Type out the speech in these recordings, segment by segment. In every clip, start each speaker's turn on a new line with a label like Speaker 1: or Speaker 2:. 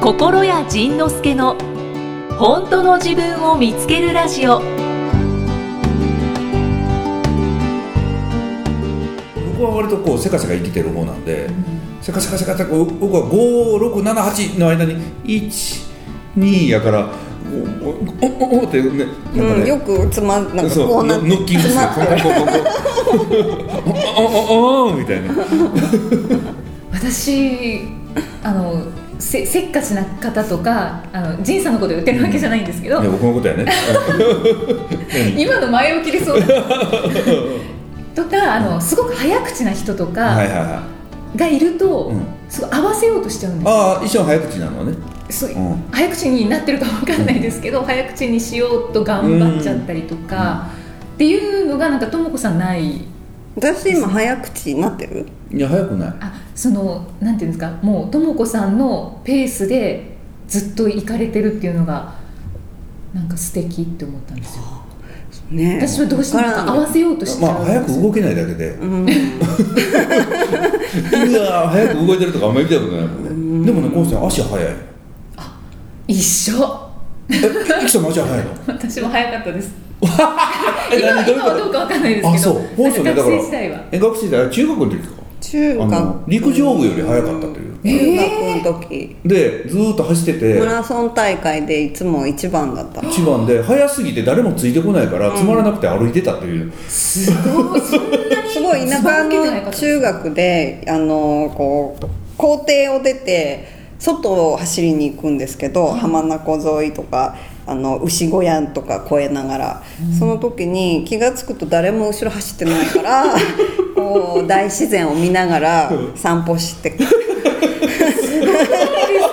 Speaker 1: 心谷仁之助の本当の自分を見つけるラジオ
Speaker 2: 僕は割とこうせかせか生きてる方なんで、せかせかせかってこう僕は5678の間に12やからおおおおおってねなんか
Speaker 3: うん、
Speaker 2: ね、
Speaker 3: よくつまなんか
Speaker 2: そう
Speaker 3: こうなっ
Speaker 2: ノノッキングす
Speaker 3: つ
Speaker 2: る
Speaker 3: ま
Speaker 2: こうこうこうこうおおおおみたいな
Speaker 4: 私あのせせっかちな方とかあの仁さんのこと言ってるわけじゃないんですけど
Speaker 2: いや僕のことやね何
Speaker 4: 今の前置きでそうだとかあのすごく早口な人と
Speaker 2: はいはい
Speaker 4: か
Speaker 2: はい
Speaker 4: がいると、
Speaker 2: うん
Speaker 4: すごい合わせようとしちゃうんで
Speaker 2: ああ一生早口なのね
Speaker 4: すそう
Speaker 2: うん
Speaker 4: 早口になってるかわかんないですけど、早口にしようと頑張っちゃったりとか、っていうのがなんかともこさんない
Speaker 3: 私今早口になってる
Speaker 2: いや早くない
Speaker 4: あそのなんていうんですかもうともこさんのペースでずっと行かれてるっていうのがなんか素敵って思ったんですよ
Speaker 3: ねえ
Speaker 4: 私はどうしても
Speaker 3: わからん
Speaker 4: 合わせようとしち
Speaker 2: ま
Speaker 4: ゃ
Speaker 2: あ
Speaker 4: うん
Speaker 2: 早
Speaker 4: です
Speaker 2: く
Speaker 4: よ
Speaker 2: 動けないだけで
Speaker 3: うん、
Speaker 2: うわ早く動いてるとかあんまり見たことないもんねでもねこうして足早い
Speaker 4: 一緒
Speaker 2: え、いきさんも足早いの
Speaker 4: 私も早かったです
Speaker 2: え
Speaker 4: 今
Speaker 2: 何どういう
Speaker 4: 今
Speaker 2: こ
Speaker 4: は
Speaker 2: と
Speaker 4: どうかわかんないですけど
Speaker 2: あそう本当ね
Speaker 4: なん
Speaker 2: だか
Speaker 4: か学
Speaker 2: ら
Speaker 4: 生時代は
Speaker 2: え学生時代中学の時ですか
Speaker 3: 中
Speaker 2: あの
Speaker 3: 学
Speaker 2: 陸上部より早かったという
Speaker 3: 中学の時、
Speaker 2: でずーっと走ってて
Speaker 3: マラソン大会でいつも一番だった
Speaker 2: 一番で早すぎて誰もついてこないからつまらなくて歩いてたという、
Speaker 4: すごいそんなに
Speaker 3: すごい田舎
Speaker 4: そんなわけじゃないか
Speaker 3: の
Speaker 4: と
Speaker 3: 中学であのこう校庭を出て外を走りに行くんですけど、浜名湖沿いとかあの牛小屋とか越えながら、その時に気が付くと誰も後ろ走ってないから こう大自然を見ながら散歩してく
Speaker 4: ないです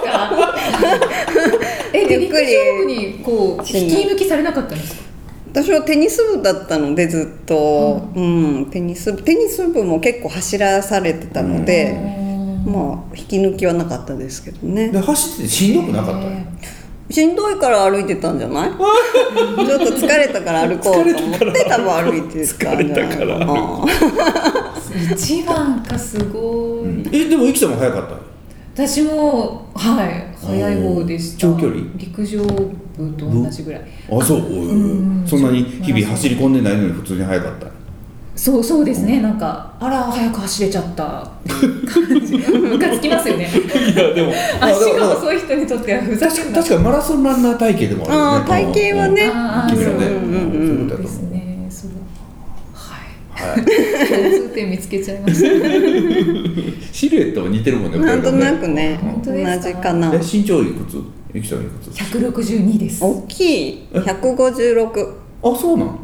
Speaker 4: かえで
Speaker 3: ゆっ
Speaker 4: 陸
Speaker 3: くり
Speaker 4: 上部にこう
Speaker 3: しない
Speaker 4: 引き抜きされなかったんですか
Speaker 3: 私はテニス部だったのでずっと、うんテニステニス部も結構走らされてたので、まあ引き抜きはなかったですけどね
Speaker 2: で走っててしんどくなかった、
Speaker 4: え
Speaker 3: しんどいから歩いてたんじゃ ないちょっと疲れたから歩こうと思って多分歩いてたんじゃないかな
Speaker 4: ー一番かすごい、
Speaker 2: えでもいきさんも早かった
Speaker 4: 私もはい早い方でした
Speaker 2: 長距離
Speaker 4: 陸上部と同じぐらい
Speaker 2: あそう、おいおいおいそんなに日々走り込んでないのに普通に早かった
Speaker 4: そうそうですねなんかあら早く走れちゃったっていう感じムカつきます よね
Speaker 2: いやでも
Speaker 4: 足が遅い人にとってはふざけ
Speaker 2: 確
Speaker 4: ん
Speaker 2: か
Speaker 4: な
Speaker 2: 確かマラソンランナー体型でもあ
Speaker 3: あ
Speaker 2: る
Speaker 3: ー
Speaker 2: よね
Speaker 3: 体型はね
Speaker 4: あー
Speaker 2: 君らね
Speaker 4: そう
Speaker 2: うんそういうことだ
Speaker 4: で
Speaker 2: と
Speaker 4: す
Speaker 2: 思う、
Speaker 4: ねそうはい
Speaker 2: はい、
Speaker 4: 共通点見つけちゃいました
Speaker 2: シルエットは似てるもんね
Speaker 3: なんとなく
Speaker 2: う
Speaker 3: ね
Speaker 4: 本当
Speaker 3: 同
Speaker 4: ですか
Speaker 3: じかなん
Speaker 2: え身長いくつゆきさんいくつ
Speaker 4: 162です
Speaker 3: 大きい
Speaker 2: え
Speaker 3: 156
Speaker 2: あそうなん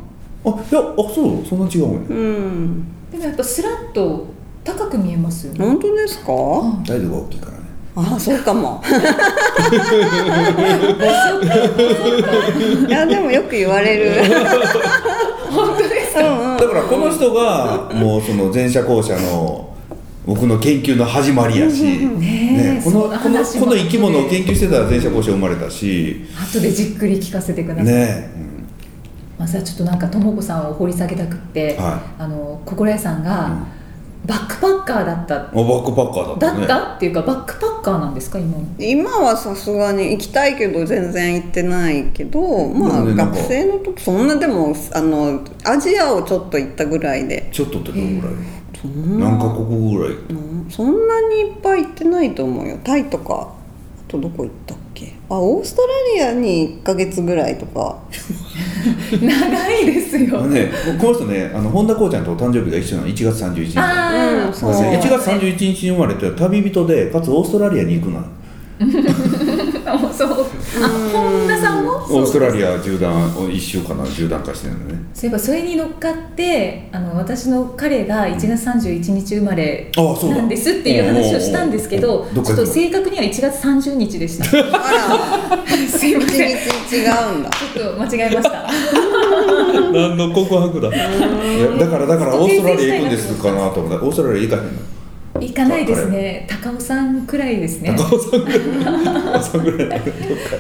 Speaker 2: あいやあそうそんな違うんや
Speaker 3: うん
Speaker 4: でもやっぱスラッと高く見えますよね
Speaker 3: 本当ですか
Speaker 2: 態度が大きいからね
Speaker 3: ああそうかもいやでもよく言われる
Speaker 4: 本当ですか
Speaker 3: うんうん
Speaker 2: だからこの人がもうその前者後者の僕の研究の始まりやし、
Speaker 4: ねえ
Speaker 2: このこ
Speaker 4: そう
Speaker 2: の
Speaker 4: 話も
Speaker 2: この生き物を研究してたら前者後者生まれたし
Speaker 4: 後でじっくり聞かせてください、
Speaker 2: ねえ
Speaker 4: まずはちょっとなんかともこさんを掘り下げたくって、
Speaker 2: は
Speaker 4: あの心屋さんが、バックパッカーだった
Speaker 2: うん、あバックパッカーだった
Speaker 4: だ
Speaker 2: ね
Speaker 4: ったっていうかバックパッカーなんですか今も
Speaker 3: 今はさすがに行きたいけど全然行ってないけどまあ
Speaker 2: でもねなん
Speaker 3: 学
Speaker 2: か
Speaker 3: 生の時そんなでもあのアジアをちょっと行ったぐらいで
Speaker 2: ちょっとってどのぐらい、何カ国ぐらい
Speaker 3: うんそんなにいっぱい行ってないと思うよタイとかあとどこ行ったっけあオーストラリアに1ヶ月ぐらいとか
Speaker 4: 長いです
Speaker 2: あの
Speaker 4: よ
Speaker 2: ねこの人ねあの本田こうちゃんとお誕生日が一緒なの1月31日
Speaker 4: あ
Speaker 3: う
Speaker 4: あ
Speaker 3: ん
Speaker 2: そう
Speaker 3: そう
Speaker 2: 1月31日に生まれて旅人でかつオーストラリアに行くの
Speaker 4: あそうあ本田さんも
Speaker 2: オーストラ
Speaker 4: ア
Speaker 2: リア縦断を1週間な縦断化してるんだね
Speaker 4: そういえばそれに乗っかってあの私の彼が1月31日生まれ
Speaker 2: あそうだ
Speaker 4: なんですっていう話をしたんですけ
Speaker 2: おうおうお
Speaker 4: ど
Speaker 2: う
Speaker 4: ち
Speaker 2: どっか行
Speaker 4: ょっ
Speaker 2: くの
Speaker 4: と正確には1月30日 でした
Speaker 3: あら
Speaker 4: すいま
Speaker 3: 一
Speaker 4: せんち
Speaker 3: 日 違うんだ
Speaker 4: ょっと間違えました
Speaker 2: 何の告白だいやだからだからオーストラリア行くんですかなと思ったオーストラリア行かへんの
Speaker 4: 行かないですね高尾さんくらいですね
Speaker 2: 高尾さんぐらい高尾さんぐらいだけど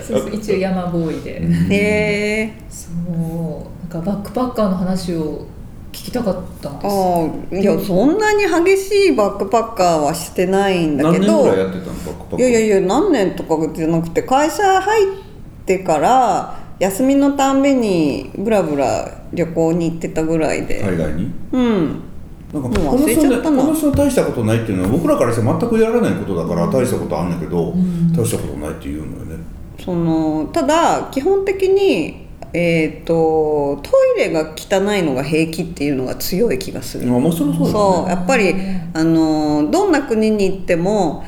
Speaker 4: そうそう一応山ボーイで、
Speaker 3: へえ
Speaker 4: そうなんかバックパッカーの話を聞聞きたかったんです
Speaker 3: ああいやそんなに激しいバックパッカーはしてないんだ
Speaker 2: 何
Speaker 3: け
Speaker 2: 年
Speaker 3: ど
Speaker 2: ぐらいやってたのバックパック
Speaker 3: いやいやいや何年とかじゃなくて会社入ってから休みのたんびにブラブラ旅行に行ってたぐらいで、
Speaker 2: 海外に
Speaker 3: うん
Speaker 2: なんかこ
Speaker 3: もう
Speaker 2: の
Speaker 3: 忘れち
Speaker 2: 人
Speaker 3: ゃ
Speaker 2: ね
Speaker 3: った
Speaker 2: こ
Speaker 3: な
Speaker 2: の人大したことないっていうのは僕らからして全くやらないことだから大したことあんだけど、大したことないって言うのよね
Speaker 3: そのただ基本的にえっ、とトイレが汚いのが平気っていうのが強い気がする
Speaker 2: まあもうそろそろ
Speaker 3: そう
Speaker 2: だね
Speaker 3: やっぱりあのどんな国に行っても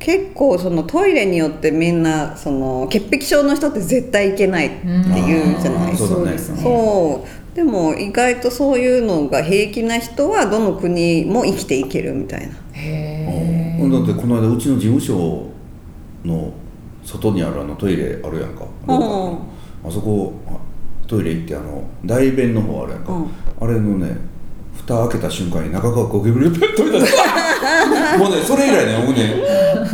Speaker 3: 結構そのトイレによってみんなその潔癖症の人って絶対行けないっていうじゃない
Speaker 2: あーそうだね
Speaker 4: ですね
Speaker 3: そうでも意外とそういうのが平気な人はどの国も生きていけるみたいな
Speaker 4: へ
Speaker 2: うん
Speaker 4: え
Speaker 2: だってこの間うちの事務所の外にあるあのトイレあるやんか、廊下のあそこあトイレ行ってあの大便の方あるやんか、
Speaker 3: うん
Speaker 2: あれのね蓋開けた瞬間に中川ゴキブリがペッと出た もうねそれ以来ね僕ね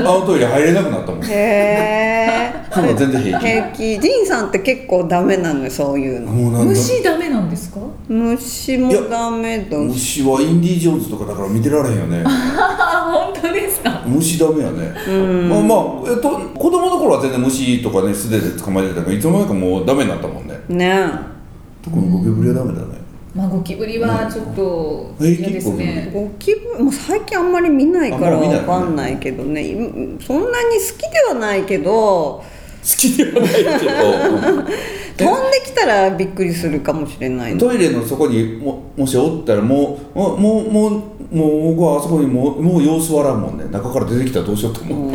Speaker 2: あのトイレ入れなくなったもん
Speaker 3: へえ
Speaker 2: 今度全然平気
Speaker 3: 平気ジンさんって結構ダメなのよそういうの
Speaker 2: もうなんだ
Speaker 4: 虫ダメなんですか
Speaker 3: 虫もダメだし
Speaker 2: 虫はインディ・ジョーンズとかだから見てられへんよね
Speaker 4: あ本当ですか
Speaker 2: 虫ダメやねまあまあ、えっと、子供の頃は全然虫とかね素手で捕まえてたけどいつの間にかもうダメになったもんね
Speaker 3: ね
Speaker 2: 特にゴキブリはダメだね、
Speaker 4: まあゴキブリはちょっと
Speaker 2: うん
Speaker 4: 嫌ですね
Speaker 3: ゴキブリもう最近あんまり見ないから
Speaker 2: あんま見ない
Speaker 3: わかんないけどねうんそんなに好きではないけど
Speaker 2: 好きではないけど
Speaker 3: 飛んできたらびっくりするかもしれないね
Speaker 2: トイレの底にももしおったらもうもうもうもうもう僕はあそこにもうもう様子笑うもんね中から出てきたらどうしようと思う、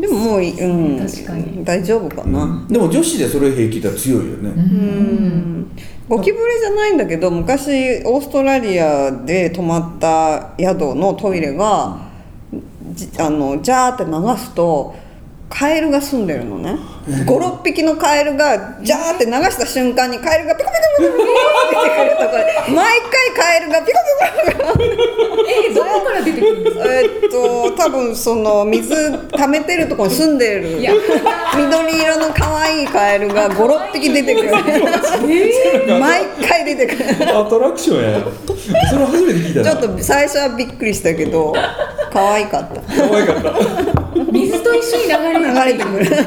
Speaker 3: でももう、うん、
Speaker 4: 確かに
Speaker 3: 大丈夫かな、
Speaker 2: うんでも女子でそれ平気だ強いよね、
Speaker 3: うんゴキブリじゃないんだけど昔オーストラリアで泊まった宿のトイレがじあのジャーって流すとカエルが住んでるのね56匹のカエルがジャーって流した瞬間にカエルがピコピコピコピコって出てくるとこ毎回カエルがピコピコピコピコ
Speaker 4: えどこから出てくるんですか
Speaker 3: えっと多分その水溜めてるとこに住んでる
Speaker 4: いや
Speaker 3: 緑色の可愛いカエルが56匹出てくる毎回出てくる
Speaker 2: アトラクションやそれ初めて聞いた
Speaker 3: ちょ
Speaker 2: な
Speaker 3: っと最初はびっくりした けど可愛かった
Speaker 2: 可愛かった
Speaker 4: 水と一緒に流れ
Speaker 3: 流れてくる
Speaker 4: なんか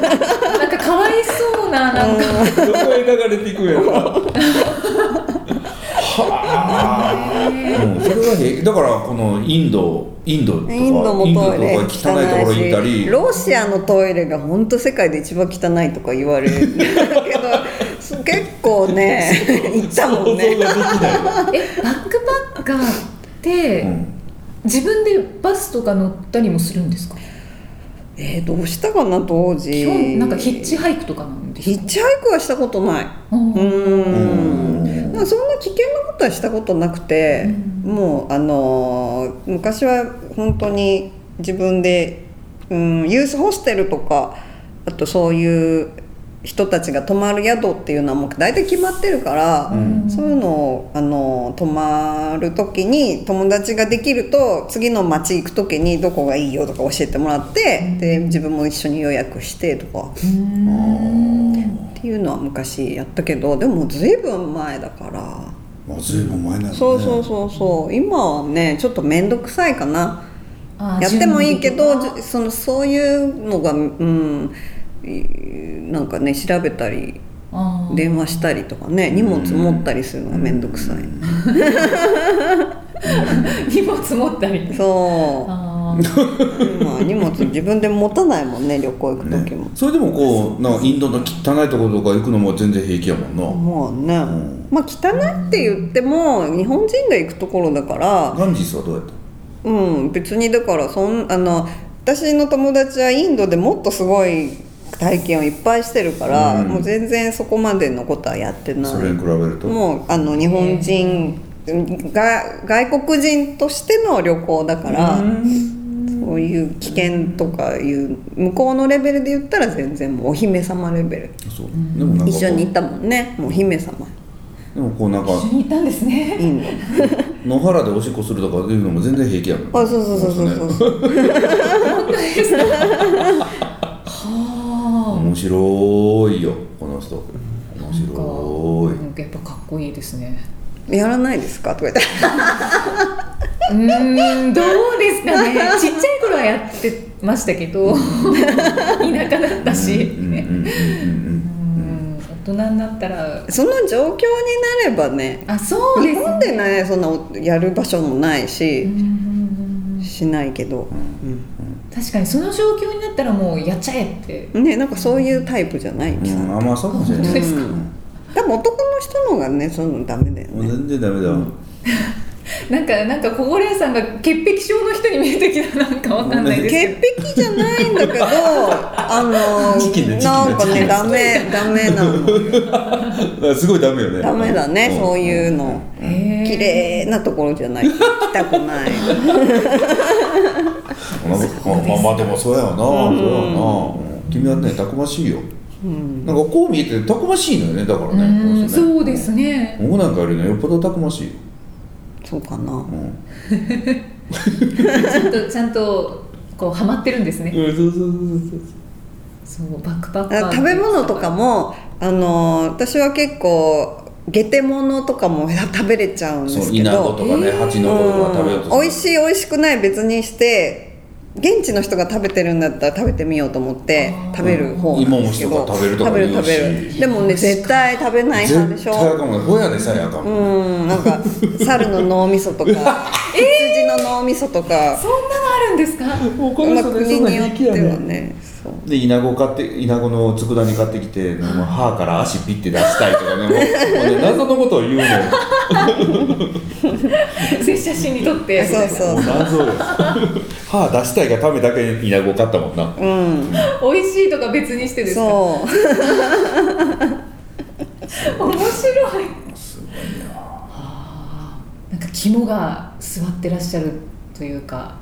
Speaker 4: かわいそうななんか
Speaker 2: どこへ流れていくんやろはあ、うん、それはへだからこのインドインドとか
Speaker 3: インドもトイレ
Speaker 2: インドとか汚いところ行った
Speaker 3: 汚いし
Speaker 2: り
Speaker 3: ロシアのトイレが本当世界で一番汚いとか言われるけ ど結構ね行ったもん
Speaker 2: ができな
Speaker 3: ね
Speaker 2: いわ、
Speaker 4: えバックパッカーって、
Speaker 2: うん、
Speaker 4: 自分でバスとか乗ったりもするんですか、
Speaker 3: えーどうしたかな当時
Speaker 4: 基本なんかヒッチハイクとかなんです
Speaker 3: ヒ
Speaker 4: か
Speaker 3: ッチハイクはしたことない
Speaker 4: うん
Speaker 3: うー
Speaker 2: うん
Speaker 3: んまあそんな危険なことはしたことなくて、もうあのー昔は本当に自分で、うん、ユースホステルとかあとそういう人たちが泊まる宿っていうのはもう大体決まってるから、
Speaker 2: ん
Speaker 3: そういうのをあのー泊まる時に友達ができると次の町行く時にどこがいいよとか教えてもらって、で自分も一緒に予約してとか。っていうのは昔やったけどでもずいぶん前だから、
Speaker 2: まあ随分前なんだね
Speaker 3: そうそうそうそう今はねちょっと面倒くさいかな
Speaker 4: あー
Speaker 3: やってもいいけ
Speaker 4: 準
Speaker 3: ど
Speaker 4: 備とか
Speaker 3: じそのそういうのがうんいなんかね調べたり
Speaker 4: あー
Speaker 3: 電話したりとかね荷物持ったりするのが面倒くさい、
Speaker 4: 荷物持ったり
Speaker 3: そ
Speaker 4: あー
Speaker 3: う今荷物自分で持たないも んね旅行行く時も
Speaker 2: ね、、それでもこうなんかインドの汚いところとか行くのも全然平気やもんな、
Speaker 3: まあね、
Speaker 2: ん
Speaker 3: まあ汚いって言っても日本人が行くところだから、
Speaker 2: ガンジスはどうやった
Speaker 3: うん別にだからそんあの私の友達はインドでもっとすごい体験をいっぱいしてるから、
Speaker 2: うん
Speaker 3: もう全然そこまでのことはやってない
Speaker 2: それに比べると
Speaker 3: もうあの日本人が外国人としての旅行だから、そういう危険とかいう向こうのレベルで言ったら全然もうお姫様レベル
Speaker 2: そうでもなんかこう
Speaker 3: 一緒に行ったもんねもうお姫様
Speaker 2: でもこうなんか
Speaker 4: 一緒に行ったんです ね
Speaker 3: インド
Speaker 2: 野原でおしっこするとかいうのも全然平気やもん
Speaker 3: あそうそうそうそうそうそう
Speaker 4: は
Speaker 2: 面白いよこの人面面
Speaker 4: なんか
Speaker 2: 白い
Speaker 4: なんかやっぱかっこいいですね
Speaker 3: やらないですかとか言って
Speaker 4: うーんどうですかねちっちゃい頃はやってましたけど田舎だったし
Speaker 2: うんうんうん
Speaker 4: うん大人になったら
Speaker 3: その状況になればね
Speaker 4: あそう
Speaker 3: 日
Speaker 4: です
Speaker 3: 本でねそんなおやる場所もないし、
Speaker 4: うんうんうん
Speaker 3: しないけど、
Speaker 4: 確かにその状況になったらもうやっちゃえって
Speaker 3: うんねなんかそういうタイプじゃない、
Speaker 2: うんうんうんあまあそうかもしれない
Speaker 4: 本当ですか
Speaker 2: うん
Speaker 3: 多分男の人の方がねそういうのダメだよ
Speaker 2: もう
Speaker 3: ね
Speaker 2: 全然ダメだわ、
Speaker 4: なんかなんか小五郎さんが潔癖症の人に見えてきたなんかわかんないですけ
Speaker 3: 潔癖じゃないんだけどあの
Speaker 2: 時期ね時期ね
Speaker 3: なんかねダメダメなの
Speaker 2: すごいダメよね
Speaker 3: ダメだねそういうの
Speaker 4: どへー
Speaker 3: 綺麗なところじゃない行きたくない
Speaker 2: まあまあまあでもそうやわな、そうやわな、君はねたくましいよ、なんかこう見えてたくましいのよねだからねこ
Speaker 4: う
Speaker 2: の
Speaker 4: ん
Speaker 2: 人ね
Speaker 4: そうですね
Speaker 2: 僕なんかよりねよっぽどたくましいよ、
Speaker 3: そうかな
Speaker 2: うん、
Speaker 4: ちゃんとちゃんとこうハマってるんですね
Speaker 2: そうそうそうそう
Speaker 4: そうバックパッカ
Speaker 3: だか
Speaker 4: ー
Speaker 3: ら食べ物とかもあの私は結構下手物とかも食べれちゃうんです
Speaker 2: そう
Speaker 3: け
Speaker 2: イナゴ
Speaker 3: ど
Speaker 2: とかね、蜂の子とか食べようと
Speaker 3: うん美味しい美味しくない別にして現地の人が食べてるんだったら食べてみようと思って食べる方なんですけど、
Speaker 2: 芋虫とか食べるとか
Speaker 3: 食べる
Speaker 2: 言うし
Speaker 3: 食べるでもね絶対食べない
Speaker 2: 絶
Speaker 3: 派でし
Speaker 2: 対あ
Speaker 3: ょ
Speaker 2: かんわほやでさえあかんわ、
Speaker 3: うんなんか猿の脳みそ とか羊の脳みそとか、
Speaker 4: そんなのあるんですか
Speaker 2: もう
Speaker 3: まあ、国によってはねそう
Speaker 2: でイナゴ買ってイナゴの佃煮買ってきて、もう歯から足ピッて出したいとかねもうもう ね謎のことを言うのよ
Speaker 4: 拙者真にとって
Speaker 3: そうそう
Speaker 2: もう謎よ歯出したいがためだけにイナゴ買ったもんな
Speaker 3: うん
Speaker 4: 美味しいとか別にしてですか
Speaker 3: そう
Speaker 4: 面白いなんか肝が座ってらっしゃるというか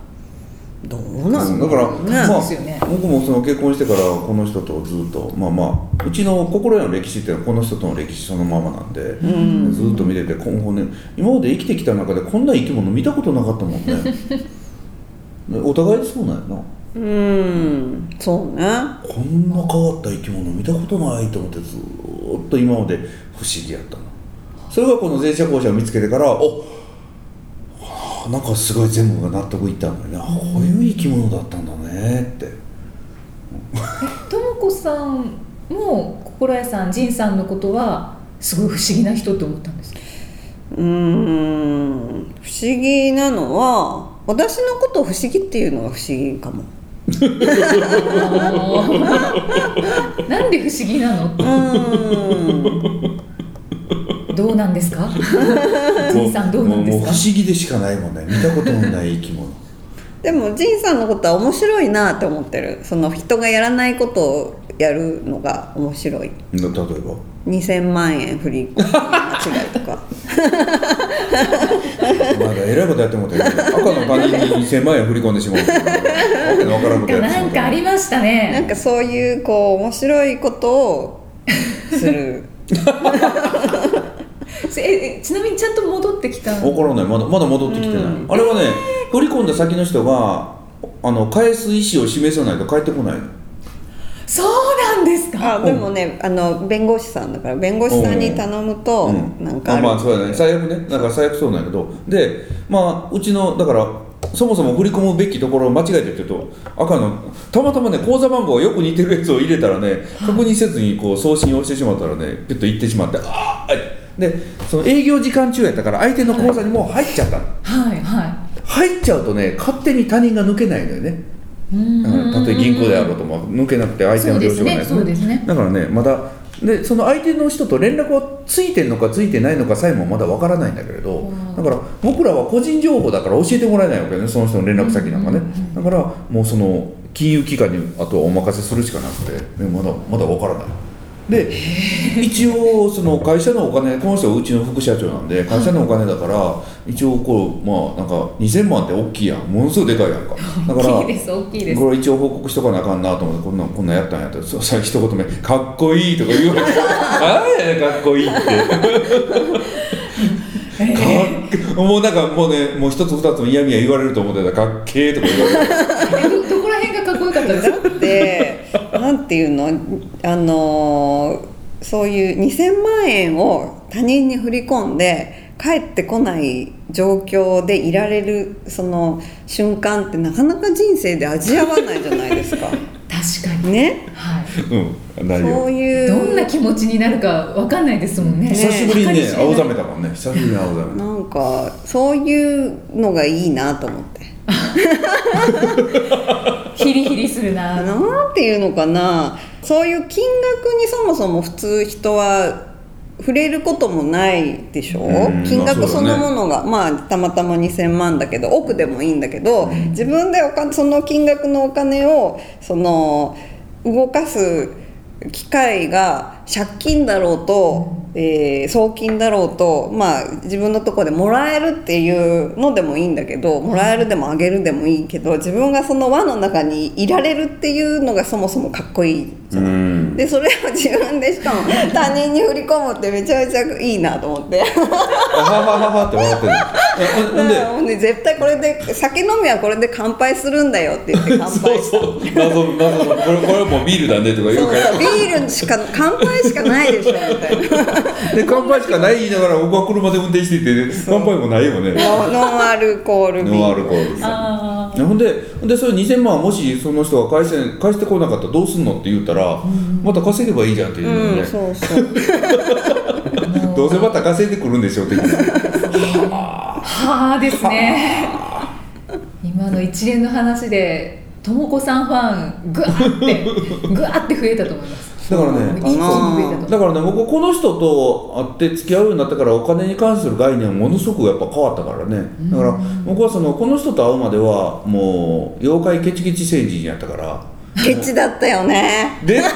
Speaker 3: どうなん
Speaker 2: だから、ま
Speaker 3: ね
Speaker 2: あ
Speaker 4: そうですよね
Speaker 2: 僕もその結婚してからこの人とずっとまあまあうちの心への歴史っていうのはこの人との歴史そのままなんで、ずっと見てて今後ね今まで生きてきた中でこんな生き物見たことなかったも んねねお互いそうなんやな
Speaker 3: うんそうね
Speaker 2: こんな変わった生き物見たことないと思ってずーっと今まで不思議やったのそれがこの前者後者を見つけてからおはあなんかすごい全部が納得いったんだよねあこういう生き物だったんだねって
Speaker 4: ともこさんも心屋さん仁さんのことはすごい不思議な人と思った んです
Speaker 3: うーん不思議なのは私のことを不思議っていうのが不思議かも。
Speaker 4: なんで不思議なの
Speaker 3: うーん
Speaker 4: どうなんですか
Speaker 2: もう
Speaker 4: 仁さんどうなんで
Speaker 2: もうもう不
Speaker 4: す
Speaker 2: 思議でしかないもんね見たことのない生き物
Speaker 3: でも仁さんのことは面白いなって思ってるその人がやらないことをやるのが面白い
Speaker 2: 例え ば
Speaker 3: 2000万円振り込み間違いとか
Speaker 2: まだえらいことやってもうたよ赤の他人に2000万円振り込んでしまうわけのわからんこと
Speaker 4: か
Speaker 2: やってし
Speaker 4: な
Speaker 2: ま
Speaker 4: ん
Speaker 2: う
Speaker 4: かありました
Speaker 3: なん
Speaker 4: ね
Speaker 3: かそういうこう面白いことをする
Speaker 4: ええちなみにちゃんと戻ってきた
Speaker 2: わからないまだまだ戻ってきてない、あれはね振り込んだ先の人があの返す意思を示さないと返ってこないの
Speaker 4: そうなんですか
Speaker 3: あでもねあの弁護士さんだから弁護士さんに頼むと
Speaker 2: うん
Speaker 3: なんかある
Speaker 2: まあそうだね最悪ねだから最悪そうなんやけどでまあうちのだからそもそも振り込むべきところを間違えてってると赤のたまたまね口座番号がよく似てるやつを入れたらね確認せずにこう送信をしてしまったらねピュッと行ってしまってああでその営業時間中やったから相手の口座にもう入っちゃったの
Speaker 4: はいは
Speaker 2: 入っちゃうとね勝手に他人が抜けないのよね
Speaker 4: いうんうんうん
Speaker 2: たとえ銀行であろうとも抜けなくて相手
Speaker 4: そ
Speaker 2: の
Speaker 4: うで
Speaker 2: 領
Speaker 4: す
Speaker 2: 収がない
Speaker 4: ねそうですね
Speaker 2: だからねまだでその相手の人と連絡はついてるのかついてないのかさえもまだわからないんだけれど
Speaker 4: ん
Speaker 2: だから僕らは個人情報だから教えてもらえないわけねその人の連絡先なんかねだからもうその金融機関にあとはお任せするしかなくて、ね、まだまだわからないで一応その会社のお金この人はうちの副社長なんで会社のお金だから一応こうまあなんか2000万って大きいやんものすごいでかいやんかだから
Speaker 4: 大きいです大きいです
Speaker 2: これ一応報告しとかなあかんなと思ってこんなんこんなんやったんやとそしたら一言目「かっこいい」とか 言われて「ああやねかっこいい」ってかっもうなんかもうねもう一つ二つの嫌味は言われると思ってたら「かっけえ」とか言われて
Speaker 4: えどどこら辺がかっこよかったですか
Speaker 3: だってなんていうのあのーそういう2,000万円を他人に振り込んで帰ってこない状況でいられるその瞬間ってなかなか人生で味わわないじゃない ですか。
Speaker 4: 確かに、
Speaker 3: ね
Speaker 4: はい、
Speaker 2: うんない
Speaker 3: そ
Speaker 2: よ
Speaker 3: ういう
Speaker 4: どんな気持ちになるかわかんないですもんね
Speaker 2: 久しぶりに
Speaker 4: 計り
Speaker 2: ね
Speaker 4: 知れない
Speaker 2: 青ざめたもんね久しぶりに青ざめた
Speaker 3: なんかそういうのがいいなと思って。
Speaker 4: ヒリヒリするな
Speaker 3: なんていうのかなそういう金額にそもそも普通人は触れることもないでしょ
Speaker 2: うん
Speaker 3: 金
Speaker 2: ま
Speaker 3: 額
Speaker 2: あそ
Speaker 3: そう
Speaker 2: だ
Speaker 3: の
Speaker 2: ね
Speaker 3: ものが、まあたまたま2,000万だけど億でもいいんだけど、自分でお金その金額のお金をその動かす機会が借金だろうと、えー送金だろうと、まあ、自分のところでもらえるっていうのでもいいんだけどもらえるでもあげるでもいいけど自分がその輪の中にいられるっていうのがそもそもかっこいいじゃ
Speaker 2: う
Speaker 3: ない
Speaker 2: ん
Speaker 3: でそれを自分でしかも他人に振り込むってめちゃめちゃいいなと思って
Speaker 2: あははははって笑ってるえほん で
Speaker 3: もうね絶対これで酒飲みはこれで乾杯するんだよって 言って乾杯した
Speaker 2: そうそう謎の謎のこれこれはもうビールだねとか言うか
Speaker 3: そうそうビールしか乾杯しかないでしょみた いな
Speaker 2: らで乾杯しかない言いながら僕は車で運転していて乾杯もないよね
Speaker 3: ノンノンアルコールビール
Speaker 2: ノンアルコール
Speaker 4: あ
Speaker 2: ほんでほんでそれ2000万はもしその人が返せ返してこなかったらどうすんのって言ったら、また稼げばいいじゃんって言うの
Speaker 3: う
Speaker 2: ね
Speaker 3: ん、、そうそう
Speaker 4: ーも
Speaker 2: どうせまた稼いでくるんでしょって言って
Speaker 4: はあですね今の一連の話でともこさんファンぐわ ってぐわって増えたと思います
Speaker 2: だから
Speaker 4: 一
Speaker 2: ね
Speaker 4: 気に増えたと
Speaker 2: だからね僕この人と会って付き合うようになってからお金に関する概念はものすごくやっぱ変わったからねだから僕はそのこの人と会うまではもう妖怪ケチケチ星人やったから
Speaker 3: ケチだったよね
Speaker 2: 出たーや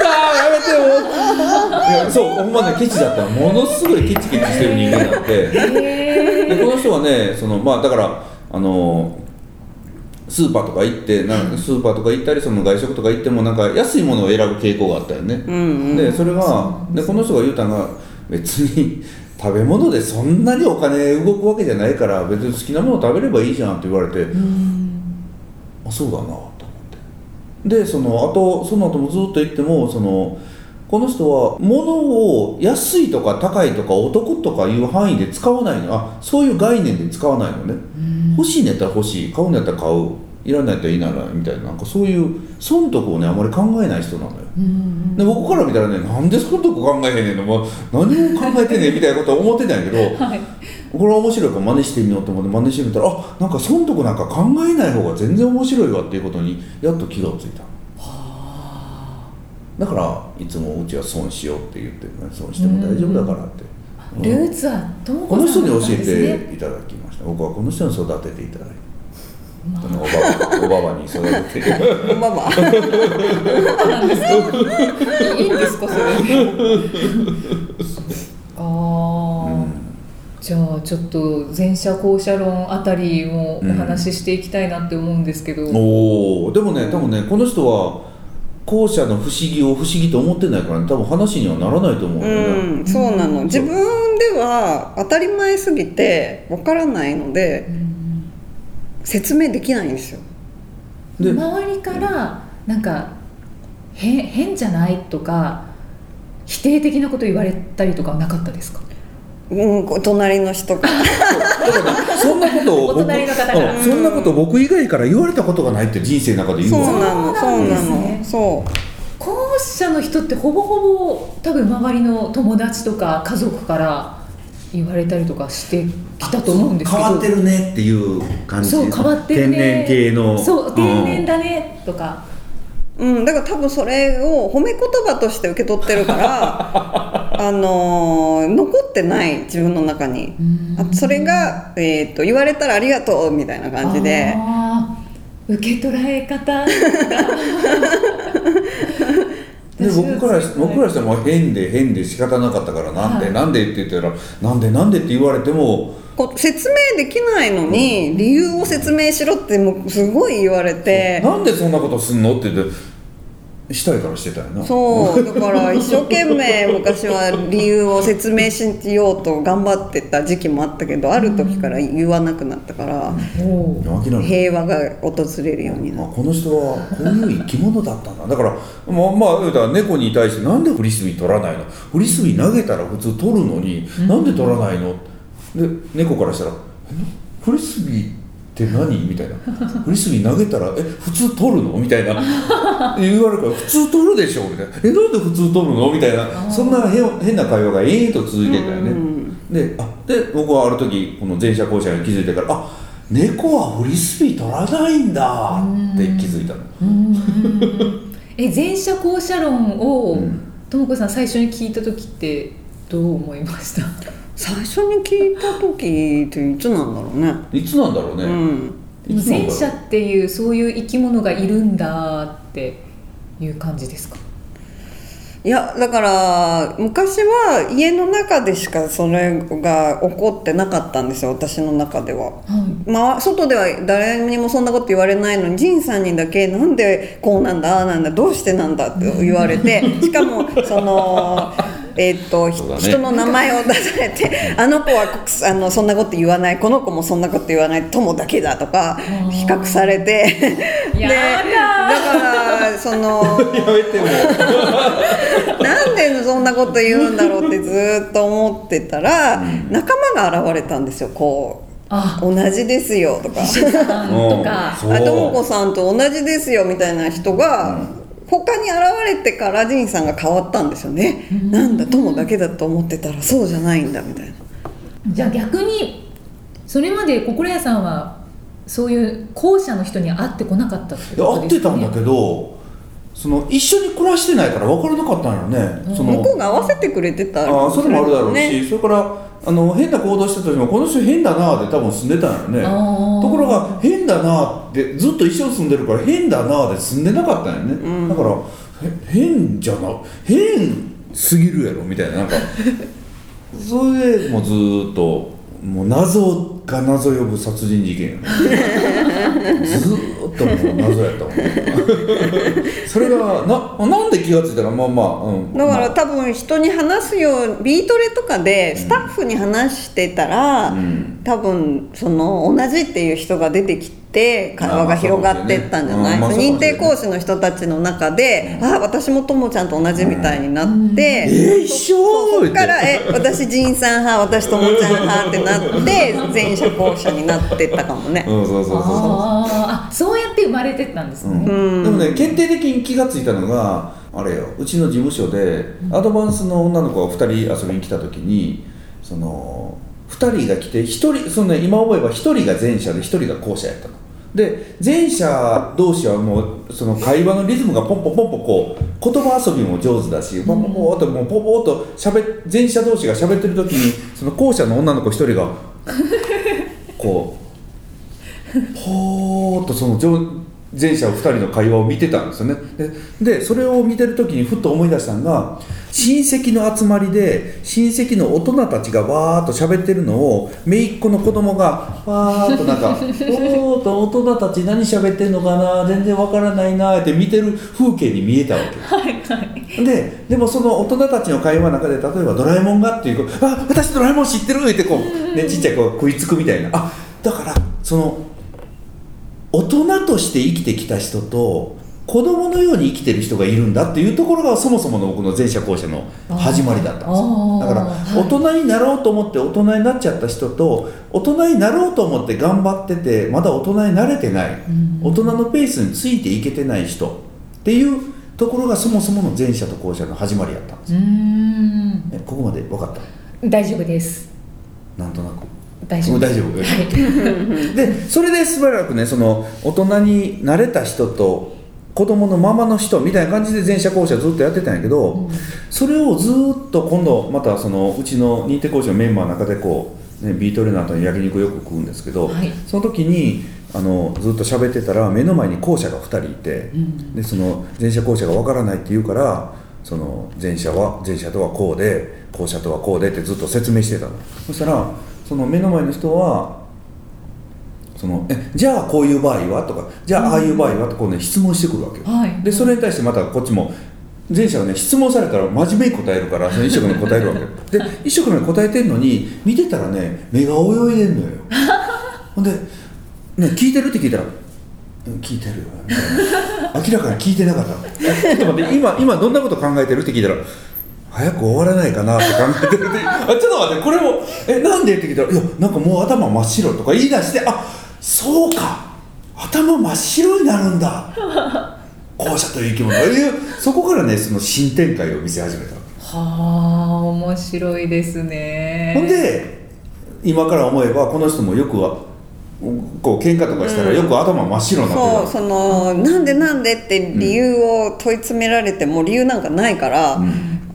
Speaker 2: めてよいやそうほんまねケチだったらものすごいケチケチしてる人間なんででこの人はねそのまあだからあのスーパーとか行ってなんかスーパーとか行ったりその外食とか行ってもなんか安いものを選ぶ傾向があったよね、
Speaker 3: うん
Speaker 2: でそれがでこの人が言うたんが別に食べ物でそんなにお金動くわけじゃないから別に好きなもの食べればいいじゃんって言われて、あそうだなと思ってでそのあとその後もずっと言ってもそのこの人は物を安いとか高いとかお得とかいう範囲で使わないのあそういう概念で使わないのね欲しいんやったら欲しい買うんやったら買ういらないやったらいらないみたいななんかそういう損得をねあまり考えない人なのよで僕から見たらねなんでそんなとこ考えへんねんの、ま何も考えてねえみたいなことは思ってないけど、
Speaker 4: はい
Speaker 2: これは面白いから真似してみようと思って真似してみたらあなんか損得なんか考えない方が全然面白いわっていうことにやっと気がついただからいつもうちは損しようって言って、ね、損しても大丈夫だからって、
Speaker 4: ルーツはとも
Speaker 2: こ
Speaker 4: こ
Speaker 2: の
Speaker 4: さ
Speaker 2: 人
Speaker 4: ん
Speaker 2: に
Speaker 4: だったん
Speaker 2: 教
Speaker 4: です
Speaker 2: え
Speaker 4: ね
Speaker 2: ていただきました僕はこの人に育てていただいて、そのおばばおばばに育てて
Speaker 3: こんば んは
Speaker 4: えいいんで すかそれああ、じゃあちょっと前者後者論あたりもお話ししていきたいなって思うんですけど、
Speaker 2: おおでもね多分ねこの人は後者の不思議を不思議と思ってないから、ね、多分話にはならないと思うよね、
Speaker 3: うん、そうなの自分では当たり前すぎてわからないので説明できないんですよ
Speaker 2: で
Speaker 4: 周りからなんか変変じゃないとか否定的なこと言われたりとかはなかったですか
Speaker 3: うん、こう隣の人が
Speaker 2: そんなことを
Speaker 4: お隣の方から
Speaker 2: うんそんなことを僕以外から言われたことがないって人生の中で言う
Speaker 3: そう
Speaker 2: わ
Speaker 3: なのそ
Speaker 4: そうう
Speaker 3: な
Speaker 4: なんですね
Speaker 3: のそう
Speaker 4: 後者の人ってほぼほぼ多分周りの友達とか家族から言われたりとかしてきたと思うんですけ
Speaker 2: 変
Speaker 4: ど
Speaker 2: わってるねっていう感じ
Speaker 4: そう変わってるね
Speaker 2: 天然系の
Speaker 4: そう天然
Speaker 2: だ、
Speaker 4: だねとか、
Speaker 3: うん、だから多分それを褒め言葉として受け取ってるから あのー残ってない自分の中にあそれが、えー、と言われたらありがとうみたいな感じで
Speaker 4: あー受け捉え 方
Speaker 2: で僕からし僕からしても変で変で仕方なかったからなんで、なんでって言ったらなんでなんでって言われても
Speaker 3: こう説明できないのに理由を説明しろってもうすごい言われて
Speaker 2: なんでそんなことすんのって言ってしたいからしてたよな
Speaker 3: そうだから一生懸命昔は理由を説明しようと頑張ってた時期もあったけどある時から言わなくなったから
Speaker 4: おー
Speaker 2: 諦めた
Speaker 3: 平和が訪れるようにな
Speaker 2: あ
Speaker 3: っ
Speaker 2: この人はこういう生き物だったんだだからまあまあ言うたら猫に対してなんでフリスビー取らないのフリスビー投げたら普通取るのになんで取らないの、で猫からしたらえ「フリスビーって何?」みたいな「フリスビー投げたらえ普通取るの?」みたいな言われるから「普通取るでしょ」みたいな「えなんで普通取るの?」みたいなそんな変変な会話が永遠と続いてたよね、であで僕はある時この前者後者に気づいてからあ猫はフリスビー取らないんだって気づいたの、
Speaker 4: え前者後者論
Speaker 2: う
Speaker 4: を
Speaker 2: ん
Speaker 4: ともこさん最初に聞いた時ってどう思いました
Speaker 3: 最初に聞いた時っていつなんだろうね
Speaker 2: いつなんだろうね、
Speaker 3: うん
Speaker 4: でも前者っていうそういう生き物がいるんだっていう感じですか
Speaker 3: いやだから昔は家の中でしかそれが起こってなかったんですよ私の中では。
Speaker 4: は
Speaker 3: まあ、外では誰にもそんなこと言われないのに仁さんにだけなんでこうなんだああなんだどうしてなんだって言われ てしかもその。えっとひ
Speaker 2: そうだね
Speaker 3: 人の名前を出されてあの子はこあのそんなこと言わないこの子もそんなこと言わない友だけだとか比較されて
Speaker 4: いや
Speaker 3: で
Speaker 4: だ
Speaker 3: だからその
Speaker 2: やめても
Speaker 3: なんでそんなこと言うんだろうってずーっと思ってたら、仲間が現れたんですよこ
Speaker 4: あ
Speaker 3: う同じですよとか
Speaker 4: うさんとか
Speaker 2: そう
Speaker 3: あともこさんと同じですよみたいな人が、他に現れてから仁さんが変わったんですよね、なんだ友だけだと思ってたらそうじゃないんだみたいな
Speaker 4: じゃあ逆にそれまで心屋さんはそういう後者の人には会ってこなかったってこと
Speaker 2: 合っ
Speaker 4: です
Speaker 2: て
Speaker 4: か
Speaker 2: た
Speaker 4: ね
Speaker 2: んだけどその一緒に暮らしてないから分からなかったんだよね、その
Speaker 3: 向こうが合わせてくれてた
Speaker 2: あーそれもあるだろうし、
Speaker 3: ね
Speaker 2: それからあの変な行動してた時もこの人変だなーで多分住んでたんだ
Speaker 4: あ
Speaker 2: よね
Speaker 4: ー
Speaker 2: ところが変だなーってずっと一緒に住んでるから変だなーで住んでなかったんよね、だからへ変じゃな変すぎるやろみたいななんかそれでもうずーっともう謎が謎呼ぶ殺人事件よねずーっともう謎やったもんそれがななんで気がついたらまあまあ、うん、
Speaker 3: だか
Speaker 2: まあ
Speaker 3: ら多分人に話すようビートレとかでスタッフに話してたら、
Speaker 2: ん
Speaker 3: 多分その同じっていう人が出てきて会話が広がってったんじゃない、
Speaker 2: あーまあそうか
Speaker 3: 認
Speaker 2: もしれない
Speaker 3: 定講師の人たちの中で、ああ私もともちゃんと同じみたいになって、
Speaker 2: えー、一
Speaker 3: そ
Speaker 2: 緒
Speaker 3: こからえ私仁さん派私ともちゃん派ってなって前者後者になってったかもね、
Speaker 2: うんそうそうそうそ
Speaker 4: あーあそうやって生まれてったんです
Speaker 2: う、う
Speaker 4: ね、
Speaker 2: ん、でもね決定的に気がついたのがあれようちの事務所でアドバンスの女の子が2人遊びに来た時にその2人が来て1人その、ね、今思えば1人が前者で1人が後者やったので前者同士はもうその会話のリズムがポンポンポンポンこう言葉遊びも上手だしポンポンポンともうポンポンと喋っ前者同士が喋ってる時にその後者の女の子1人がこうほーっとその上前者2人の会話を見てたんですよねででそれを見てる時にふっと思い出したのが親戚の集まりで親戚の大人たちがわーっと喋ってるのを姪っ子の子供がわーっとなんか 「おーっと大人たち何喋ってんのかな全然わからないな」って見てる風景に見えたわけ。
Speaker 4: はいはい
Speaker 2: ででもその大人たちの会話の中で例えば「ドラえもんが」っていう子あ私ドラえもん知ってる」ってこう、ね、ちっちゃい子が食いつくみたいなあだからその大人として生きてきた人と子供のように生きてる人がいるんだっていうところがそもそもの僕の前者後者の始まりだったんですよ
Speaker 4: あ
Speaker 2: だか
Speaker 4: ー
Speaker 2: ら大人になろうと思って大人になっちゃった人と大人になろうと思って頑張っててまだ大人になれてない大人のペースについていけてない人っていうところがそもそもの前者と後者の始まりだったんです
Speaker 4: うーん
Speaker 2: ねここまで分かった
Speaker 4: 大丈夫です
Speaker 2: なんとなく
Speaker 4: 大丈
Speaker 2: も
Speaker 4: 夫
Speaker 2: う
Speaker 4: で
Speaker 2: 大
Speaker 4: す
Speaker 2: 丈夫
Speaker 4: はい
Speaker 2: でそれでしばらくねその大人になれた人と子供のままの人みたいな感じで前者後者ずっとやってたんやけど、それをずっと今度またそのうちの認定講師のメンバーの中でこう、ね、ビートレーナーと焼肉よく食うんですけど、
Speaker 4: はい
Speaker 2: その時にあのずっと喋ってたら目の前に後者が2人いて、でその前者後者がわからないって言うからその前者は前者とはこうで後者とはこうでってずっと説明してたのそしたらその目の前の人はそのえじゃあこういう場合はとかじゃあああいう場合はとこうね質問してくるわけよ、
Speaker 4: はい
Speaker 2: でそれに対してまたこっちも前者はね質問されたら真面目に答える からその一生懸命答えるわけよで一生懸命答えてんのに見てたらね目が泳いで んのよほんで、ね、聞いてるって聞いたら「うん聞いてるよ」みたいな明らかに聞いてなかったえちょっと待って今今どんなこと考えてるって聞いたら早く終わらないかなって考えてるで あちょっと待ってこれも「えなんで?」って聞いたら「いやなんかもう頭真っ白」とか言い出して「あそうか頭真っ白になるんだ」後者という生き物いうそこからねその新展開を見せ始めた、
Speaker 4: はあ面白いですね
Speaker 2: ほんで今から思えばこの人もよくはこう喧嘩とかしたらよく頭真っ白になってる、
Speaker 3: そうそのなんでなんでって理由を問い詰められても理由なんかないから、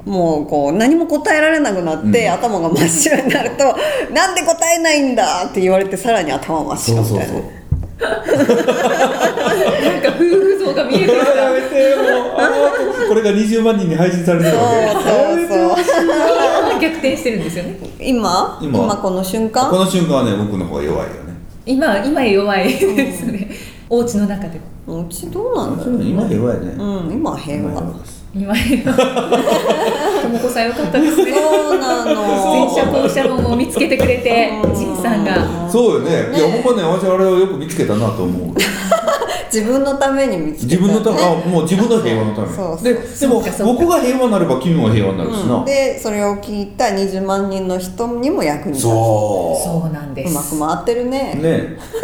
Speaker 3: もうこう何も答えられなくなって、
Speaker 2: うん
Speaker 3: 頭が真っ白になると「 なんで答えないんだ!」って言われてさらに頭真っ
Speaker 2: そ
Speaker 3: 白
Speaker 2: う
Speaker 3: みたい
Speaker 2: そう
Speaker 3: な
Speaker 2: そう
Speaker 4: なんか夫婦像が見えてき
Speaker 2: これは
Speaker 4: た
Speaker 2: や めてもうあーこれが20万人に配信されてるわけ
Speaker 3: そうそうそう
Speaker 4: 逆転してるんですよね
Speaker 3: 今
Speaker 2: 今
Speaker 3: 今この瞬間
Speaker 2: この瞬間はね僕の方が弱いよね
Speaker 4: 今今弱いですね、お家の中で
Speaker 3: うちどうなんだろう
Speaker 2: 今弱いね、
Speaker 3: うん今平和
Speaker 2: 今です
Speaker 4: 今弱いともこさんよかったですね
Speaker 3: そうな の
Speaker 4: 前者後者論を見つけてくれて
Speaker 3: うん
Speaker 4: じいさんが
Speaker 2: そうよね
Speaker 3: ね
Speaker 2: いやほんまね私あれをよく見つけたなと思う
Speaker 3: 自分のために見つ
Speaker 2: 自
Speaker 3: けたね、
Speaker 2: 分のためあもう自分の平和のため
Speaker 3: そうそう
Speaker 2: ででも
Speaker 4: そうかそうか
Speaker 2: 僕が平和になれば君も平和になるしな、
Speaker 3: うんでそれを聞いた20万人の人にも役に立つ
Speaker 2: そ
Speaker 4: そうなんで
Speaker 3: う
Speaker 4: す
Speaker 3: まく回ってる
Speaker 2: う
Speaker 3: ね
Speaker 2: ね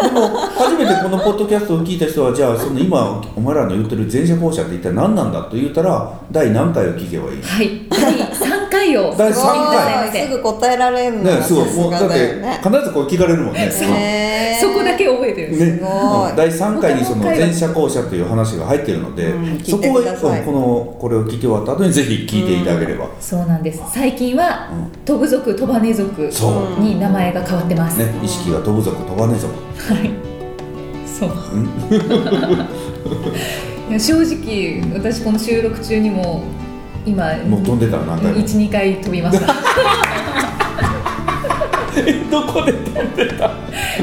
Speaker 2: でも初めてこのポッドキャストを聞いた人はじゃあその今お前らの言ってる前者後者って一体何なんだと言ったら第何回を聞けばいい
Speaker 4: はい第三回を
Speaker 2: 第
Speaker 3: す
Speaker 2: 三
Speaker 3: ご
Speaker 2: 回
Speaker 3: いすぐ答えられるの
Speaker 2: ね
Speaker 3: が
Speaker 2: す
Speaker 3: さ
Speaker 2: ごいも
Speaker 3: す
Speaker 2: うだ
Speaker 3: が
Speaker 2: っ
Speaker 3: だ
Speaker 2: て
Speaker 3: よね
Speaker 2: 必ずこれ聞かれるもんね
Speaker 3: ね
Speaker 4: そこだけ覚えてるんです、
Speaker 2: ね
Speaker 3: すごい
Speaker 2: うん第3回にその前者後者という話が入ってるので、
Speaker 3: うん
Speaker 2: そこ
Speaker 3: 聞いて
Speaker 2: を
Speaker 3: ください
Speaker 2: このこれを聞き終わった後にぜひ聞いていただければ、
Speaker 4: そうなんです最近は
Speaker 2: うん
Speaker 4: 飛ぶ族飛ばね族
Speaker 2: そう
Speaker 4: に名前が変わってます、
Speaker 2: ね意識が飛ぶ族飛ばねえ族
Speaker 4: はいそういや 正直私この収録中にも今
Speaker 2: もう飛んでたら何回も
Speaker 4: 12回飛び ました
Speaker 2: どこで飛んでた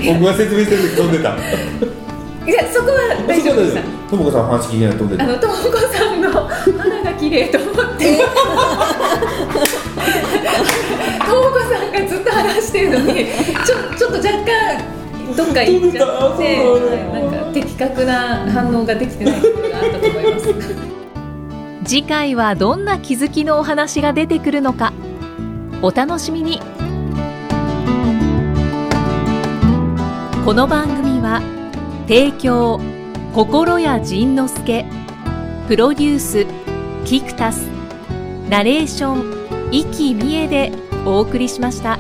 Speaker 2: 僕が説明してる時飛んでた
Speaker 4: いやそこは大丈夫でした
Speaker 2: ともこさん話聞いてない飛んで
Speaker 4: あ
Speaker 2: た
Speaker 4: のともこさんの肌が綺麗と思 ってともこさんがずっと話してるのにちょちょっと若干どっか行っちゃって
Speaker 2: 飛んでた
Speaker 4: はいなんか的確な反応ができてないところがあったと思います
Speaker 1: 次回はどんな気づきのお話が出てくるのかお楽しみにこの番組は提供心谷仁之助プロデュースキクタスナレーション生きみえでお送りしました。